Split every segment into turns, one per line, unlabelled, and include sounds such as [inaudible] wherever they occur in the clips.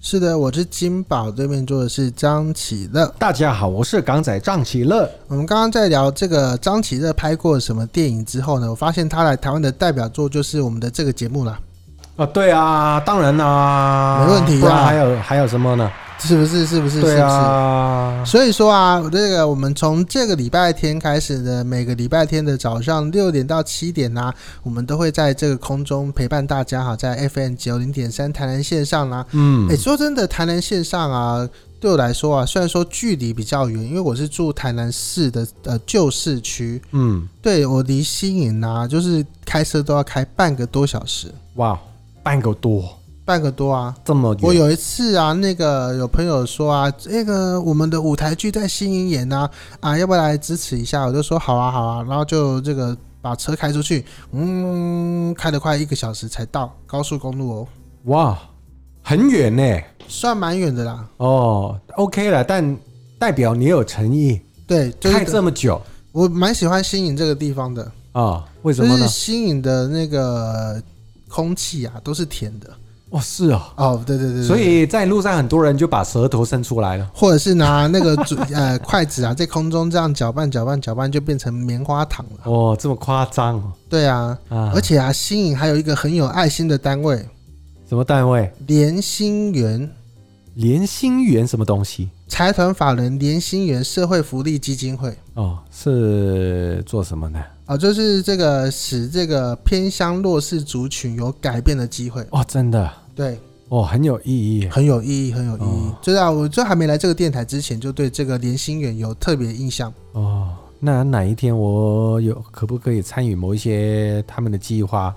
是的，我是金宝，对面坐的是张启乐。
大家好，我是港仔张启乐。
我们刚刚在聊这个张启乐拍过什么电影之后呢，我发现他来台湾的代表作就是我们的这个节目啦，
啊，对啊，当然啦、
没问题啊
不然还有还有什么呢？
是不是？是不是？
对
是不是
啊，
所以说啊，这个我们从这个礼拜天开始呢，每个礼拜天的早上六点到七点呢、我们都会在这个空中陪伴大家哈，在 FM 九零点三台南线上啦、
嗯
哎、，说真的，台南线上啊，对我来说啊，虽然说距离比较远，因为我是住台南市的呃旧市区，
嗯，
对我离新营啊，就是开车都要开半个多小时，
哇，半个多
半个多啊。
这么
我
远，
有一次啊，那个有朋友说啊，那个我们的舞台剧在新营演啊，啊，要不要来支持一下？我就说好啊，好啊，然后就这个把车开出去，嗯，开了快一个小时才到高速公路哦，
哇，很远呢、
算蛮远的啦。
哦，OK 了，但代表你有诚意，
对，就
开
是
这么久
我蛮喜欢新营这个地方的，
啊、为什
就
么
是
呢？
新营的那个空气啊，都是甜的。
哦，是哦，
哦，对对对对
所以在路上很多人就把舌头伸出来了。
或者是拿那个竹呃筷子啊，在空中这样搅拌搅拌搅拌，就变成棉花糖了。
哦，这么夸张哦
对啊，
啊
而！且啊，新颖还有一个很有爱心的单位
什么单位？
——联心园
连心园什么东西？
财团法人联心园社会福利基金会
哦，是做什么呢？
啊、就是这个使这个偏乡弱势族群有改变的机会，
哦，真的
对，
哦，很有意义。
很有意义，很有意义。
哦
就是啊，我就还没来这个电台之前，就对这个联心园有特别印象。
哦，那哪一天我有可不可以参与某一些他们的计划，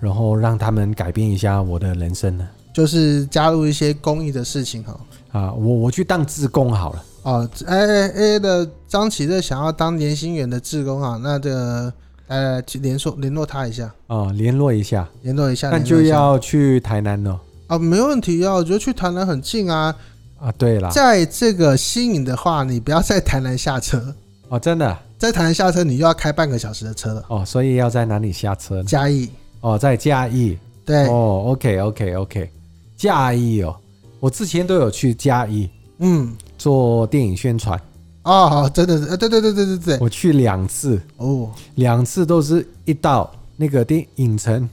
然后让他们改变一下我的人生呢？
就是加入一些公益的事情哈。
啊，我我去当志工好了。
哦，A A 的张启乐想要当年薪员的志工啊，那这个来来来去联络联络他一下，
哦，联络一下，
联络一下，
但
联络
就
一下
要去台南了。
啊，没问题啊，我觉得去台南很近啊，
啊，对了，
在这个新颖的话，你不要在台南下车，
哦，真的
在台南下车你又要开半个小时的车了，
哦，所以要在哪里下车呢？
嘉义，
哦，在嘉义。
对，
哦，OK OK OK，嘉义哦，我之前都有去嘉义
嗯，
做电影宣传，
哦，好，真的是，呃对对对对对对，
我去两次，
哦，
两次都是一到那个电影城，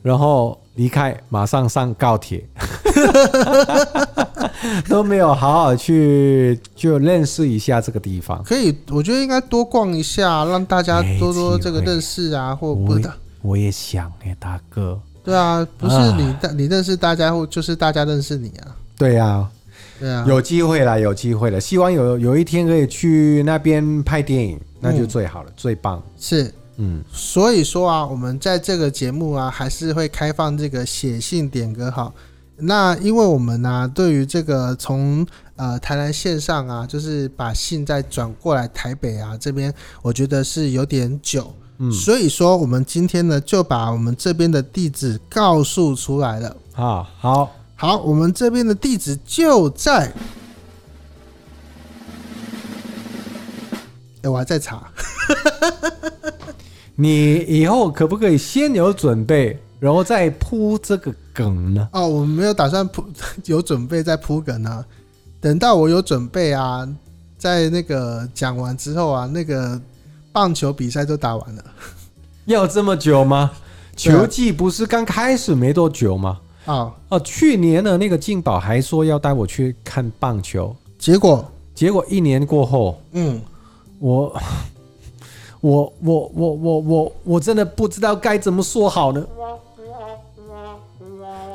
然后离开，马上上高铁， [laughs] 都没有好好去就认识一下这个地方。
可以，我觉得应该多逛一下，让大家
没
多多
机
这个
会
认识啊，或不
我
是
也我也想哎、大哥，
对啊，不是
啊
你大你认识大家，或就是大家认识你啊。
对啊，
对啊，
有机会啦，有机会了，希望有有一天可以去那边拍电影，那就
嗯
最好了，最棒。
是，
嗯，
所以说啊，我们在这个节目啊，还是会开放这个写信点歌哈。那因为我们呢、对于这个从呃台南线上啊，就是把信再转过来台北啊这边，我觉得是有点久，
嗯
所以说我们今天呢就把我们这边的地址告诉出来了。
好，好。
好，我们这边的地址就在。哎、我还在查，
你以后可不可以先有准备，然后再铺这个梗呢？
哦，我没有打算铺， [laughs] 有准备再铺梗啊。等到我有准备啊，在那个讲完之后啊，那个棒球比赛都打完了
要这么久吗？
对啊
球季不是刚开始没多久吗？
哦，
哦，去年的那个劲宝还说要带我去看棒球，
结果，
结果一年过后，
嗯，
我 [laughs] 我我我我我我真的不知道该怎么说好呢。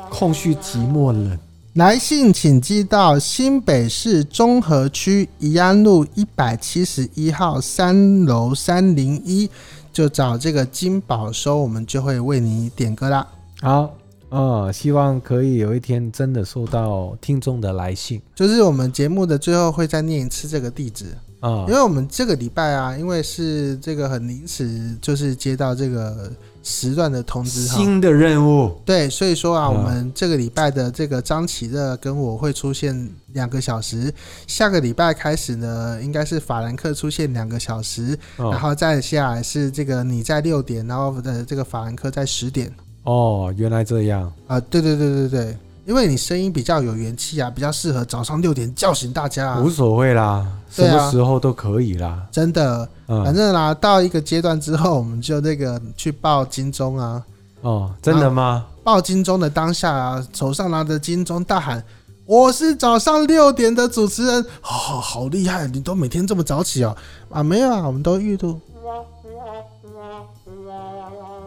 空虚、寂寞、冷。
来信请寄到新北市中和区宜安路一百七十一号三楼三零一，就找这个金宝收，我们就会为你点歌啦。
好，嗯，希望可以有一天真的收到听众的来信
就是我们节目的最后会再念一次这个地址。
啊
因。为我们这个礼拜啊，因为是这个很临时，就是接到这个时段的通知哈。
新的任务，
对，所以说啊，
嗯
我们这个礼拜的这个张启乐跟我会出现两个小时，下个礼拜开始呢，应该是法兰克出现两个小时，然
哦
后再下来是这个你在六点，然后的这个法兰克在十点。
哦，原来这样，
啊，对对对对对，因为你声音比较有元气啊，比较适合早上六点叫醒大家、
无
啊。
所谓啦，什
对啊
么时候都可以啦。
真的，反
嗯，
正啦、到一个阶段之后，我们就那个去报金钟啊，
哦，真的吗？
报金钟的当下啊，手上拿着金钟大喊：“我是早上六点的主持人，好、好厉害！你都每天这么早起哦？啊，没有啊，我们都预录。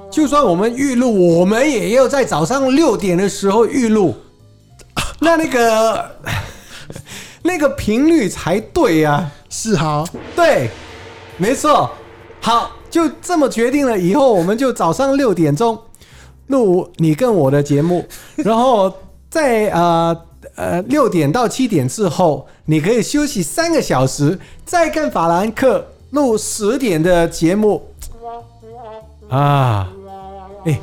就算我们预录，我们也要在早上六点的时候预
[laughs]
录，那那个 [laughs] 那个频率才对啊呀、
是好，
对，没错。好，就这么决定了。以后我们就早上六点钟录你跟我的节目，然后在呃呃六点到七点之后，你可以休息三个小时，再跟法兰克录十点的节目。啊，哎、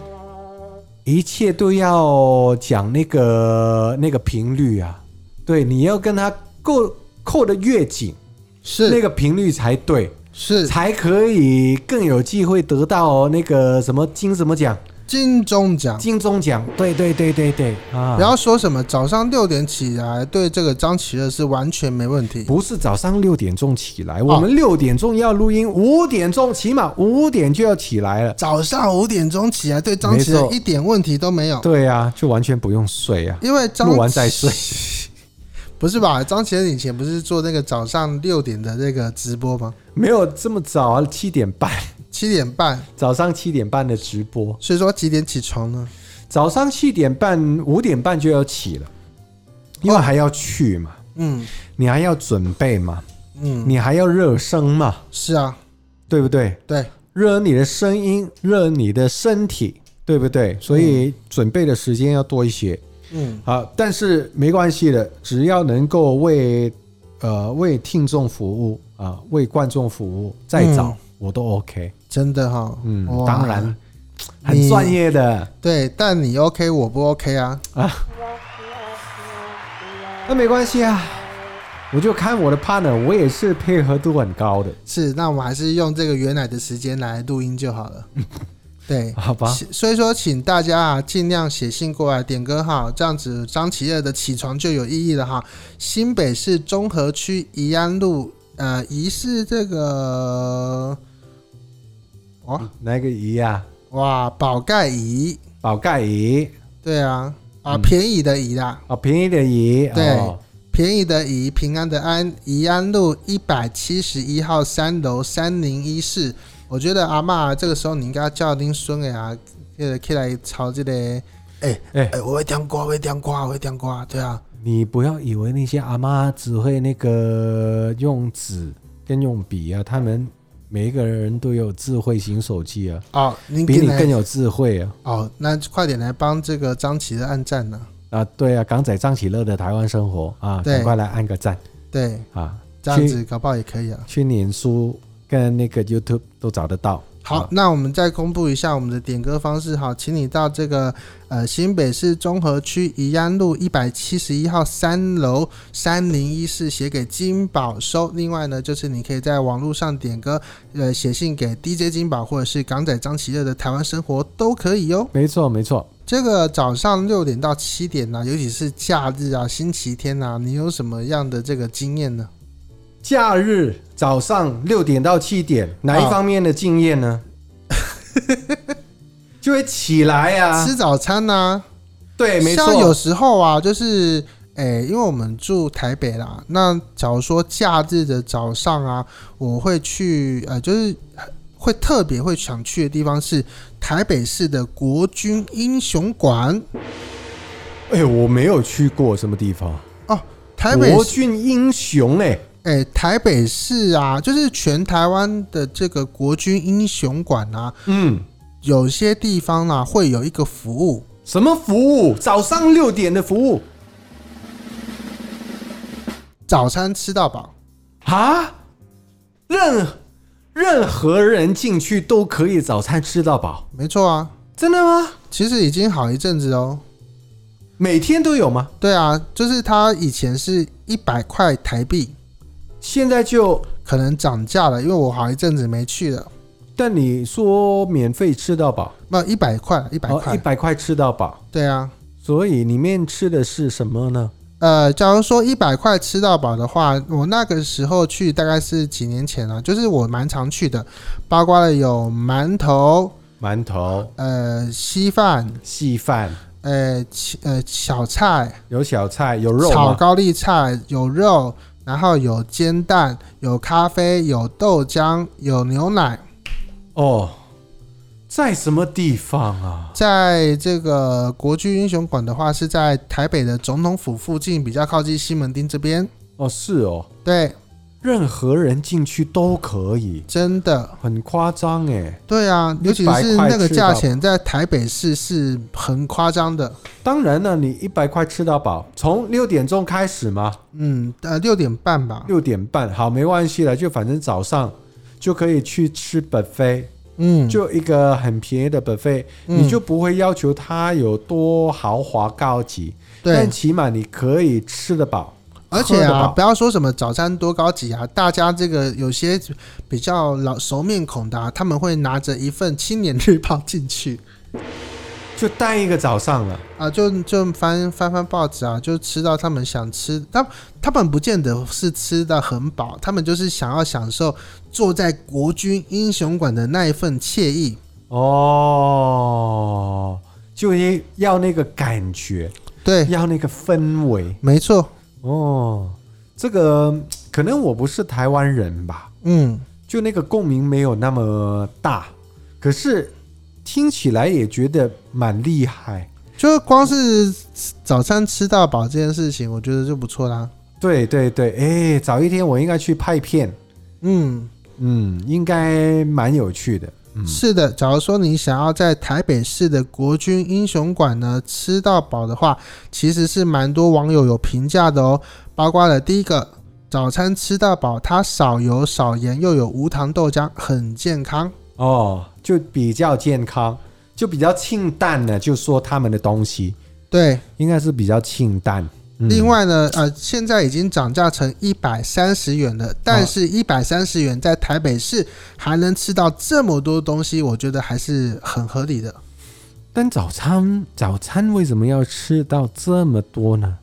一切都要讲那个那个频率啊，对，你要跟他扣扣的越紧，
是
那个频率才对，
是
才可以更有机会得到哦那个什么金什么奖，
金钟奖。
金钟奖。对对对对对啊！
不要说什么早上六点起来，对这个张启乐是完全没问题。
不是早上六点钟起
啊
来，我们六点钟要录音，五点钟起码五点就要起来了。
早上五点钟起来，对张启
没
乐
错
一点问题都没有，
对啊，就完全不用睡啊，
因为张
录完再睡。
[laughs] 不是吧？张启乐以前不是做那个早上六点的那个直播吗？
没有这么早啊，七点半， [laughs]
七点半，
早上七点半的直播，
所以说几点起床呢？
早上七点半、五点半就要起了，因为还要去嘛，
嗯
你还要准备嘛，
嗯，
你还要热身嘛，
是啊，
对不对？
对，
热你的声音，热你的身体，对不对？所以准备的时间要多一些
嗯
啊。但是没关系的，只要能够为呃为听众服务啊，为观众服务，再早、
嗯
我都 OK。
真的哈、
嗯
哇，
当然很
你
专业的，
对，但你 OK 我不 OK 啊？
那没关系啊。我就看我的 partner，我也是配合度很高的，
是，那我们还是用这个原来的时间来录音就好
[laughs]
了。对，
好吧？
请所以说，请大家啊，尽量写信过来点歌哈，这样子张启乐的起床就有意义了哈。新北市中和区宜安路，呃，疑似这个，哇
那个姨啊，
哇，宝盖宜，
宝盖姨
对啊，啊，便宜的宜啦，
啊，便宜的姨，
对
哦
便宜的宜，平安的安，宜安路一百七十一号三楼三零一室。我觉得阿嬷这个时候你应该叫恁孙的啊，呃，起来朝这个，哎、哎、
哎
我会点歌，我会点歌，我会点歌，对啊。
你不要以为那些阿妈只会那个用纸跟用笔啊，他们每一个人都有智慧型手机啊，
哦，您
比
进
你
来
更有智慧啊！
哦，那快点来帮这个张琪的按赞呢、
啊，对啊，港仔张喜乐的台湾生活啊，
对
赶快来按个赞
对，
啊！
这样
去
子搞不好也可以啊。
去脸书跟那个 YouTube 都找得到。
好，
啊
那我们再公布一下我们的点歌方式。好，请你到这个呃新北市中和区宜安路一百七十一号三楼三零一室写给金宝收。另外呢，就是你可以在网络上点歌，呃，写信给 DJ 金宝或者是港仔张琪乐的台湾生活都可以哟、
没错，没错。
这个早上六点到七点啊呢、尤其是假日啊、星期天啊，你有什么样的这个经验呢？
假日早上六点到七点，哪一
啊
方面的经验呢？ [laughs] 就会起来啊，
吃早餐呐、
对，没
像有
错，
时候啊，就是诶、因为我们住台北啦，那假如说假日的早上啊，我会去呃，就是会特别会想去的地方是台北市的国军英雄馆
哎、我没有去过什么地方。
哦。台北
国
市
军英雄哎、
哎、台北市啊，就是全台湾的这个国军英雄馆啊，
嗯，
有些地方啊会有一个服务，
什么服务？早上六点的服务
早餐吃到饱。
啊？任任何人进去都可以早餐吃到饱，
没错啊，
真的吗？
其实已经好一阵子哦。
每天都有吗？
对啊，就是它以前是一百块台币，
现在就，
可能涨价了，因为我好一阵子没去了。
但你说免费吃到饱，
那一百块，一百
哦一
块，
百块吃到饱，
对啊。
所以里面吃的是什么呢？
呃，假如说一百块吃到饱的话，我那个时候去大概是几年前了、啊就是我蛮常去的，包括了有馒头、
馒头、
呃稀饭、
稀饭，
呃其呃小菜、
有小菜，有肉
炒
吗？
高丽菜，有肉，然后有煎蛋，有咖啡，有豆浆，有牛奶，
哦，在什么地方啊？
在这个国剧英雄馆的话，是在台北的总统府附近，比较靠近西门町这边。
哦，是哦，
对，
任何人进去都可以，
真的，
很夸张哎。
对啊，尤其
100
是
块
那个
吃
价
到
钱，在台北市是很夸张的。
当然了，你一百块吃到饱，从六点钟开始吗？
嗯，呃，六点半吧。
六点半，好，没关系了，就反正早上就可以去吃 buffet，
嗯，
就一个很便宜的 buffet，、
嗯
你就不会要求它有多豪华高级，
对
但，起码你可以吃得饱。
而且
喝得
啊，
饱
不要说什么早餐多高级啊，大家这个有些比较老熟面孔的、啊，他们会拿着一份青年日报进去
就待一个早上了，
啊，就就翻翻翻报纸啊，就吃到他们想吃，他他们不见得是吃的很饱，他们就是想要享受坐在国军英雄馆的那一份惬意。
哦，就一要那个感觉，
对，
要那个氛围，
没错，
哦，这个嗯可能我不是台湾人吧，
嗯。
就那个共鸣没有那么大，可是听起来也觉得蛮厉害。
就光是早餐吃到饱这件事情，我觉得就不错啦。
对对对，哎，早一天我应该去拍片，
嗯，
嗯，应该蛮有趣的。嗯，
是的。假如说你想要在台北市的国军英雄馆呢吃到饱的话，其实是蛮多网友有评价的哦。包括了第一个，早餐吃到饱，它少油少盐，又有无糖豆浆，很健康。
哦，就比较健康，就比较清淡的，就说他们的东西
对，
应该是比较清淡。嗯
另外呢，呃，现在已经涨价成一百三十元了，但是
嗯
一百三十元在台北市还能吃到这么多东西，我觉得还是很合理的。
但早餐早餐为什么要吃到这么多呢？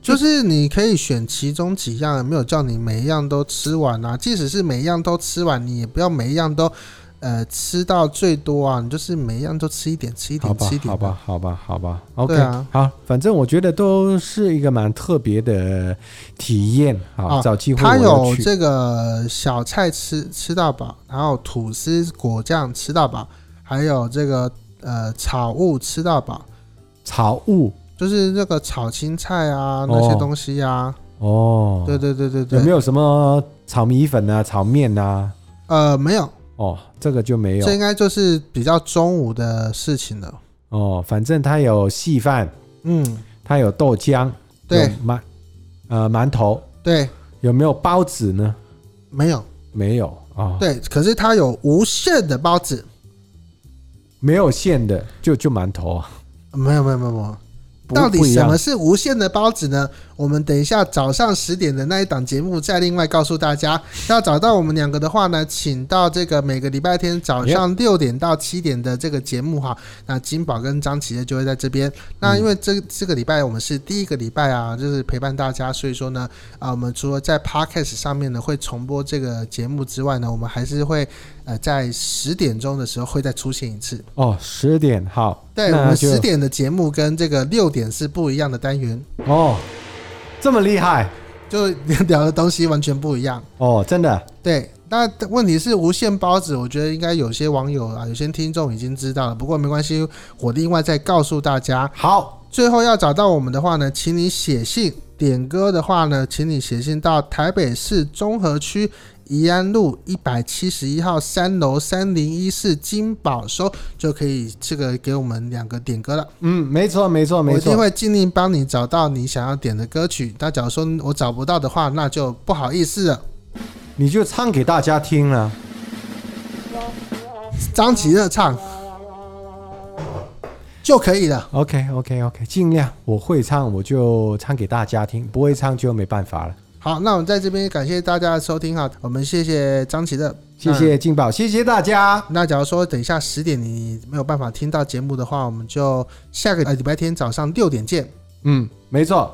就是你可以选其中几样，没有叫你每一样都吃完啊。即使是每一样都吃完，你也不要每一样都，呃，吃到最多啊。你就是每一样都吃一点，吃一
好
点，
吧
吃一，点。
好吧，，好吧，好吧。OK，、
对啊
好，反正我觉得都是一个蛮特别的体验。好，
啊
找机会
它
我要
有
去。
这个小菜吃吃到饱，然后吐司果酱吃到饱，还有这个呃炒物吃到饱，
草物
就是这个炒青菜啊那些东西啊。
哦，
对对对对对，
有没有什么炒米粉啊、炒面啊？
呃，没有，
哦，这个就没有
这应该就是比较中午的事情了。
哦。反正它有稀饭，
嗯，
它有豆浆，
对
有馒呃馒头，
对。
有没有包子呢？
没有，
没有啊，哦、
对，可是它有无限的包子，
没有馅的就就馒头啊。
没有没有没有没有。
不
到底
不一
什
样
么是无限的包子呢？我们等一下早上十点的那一档节目再另外告诉大家。要找到我们两个的话呢，请到这个每个礼拜天早上六点到七点的这个节目哈。那金宝跟张琪的就会在这边。那因为
嗯
这这个礼拜我们是第一个礼拜啊，就是陪伴大家，所以说呢，啊，我们除了在 podcast 上面呢会重播这个节目之外呢，我们还是会呃在十点钟的时候会再出现一次。
哦，十点好，
对我
那
们
就
十点的节目跟这个六点是不一样的单元，
哦，这么厉害
就聊的东西完全不一样。
哦，真的
对，那问题是无限包子，我觉得应该有些网友啊，有些听众已经知道了，不过没关系，我另外再告诉大家。
好
最后要找到我们的话呢，请你写信。点歌的话呢，请你写信到台北市中和区宜安路一百七十一号三楼三零一室金宝收，就可以这个给我们两个点歌了。
嗯，没错没错
我
没
一定
错，
会尽力帮你找到你想要点的歌曲。那假如说我找不到的话，那就不好意思了。
你就唱给大家听了。啊
张起乐唱就可以了。
OK OK OK，尽量我会唱我就唱给大家听，不会唱就没办法了。
好，那我们在这边感谢大家的收听哈，我们谢谢张起乐，
谢谢静宝，谢谢大家。
那假如说等一下十点你没有办法听到节目的话，我们就下个呃礼拜天早上六点见。
嗯，没错，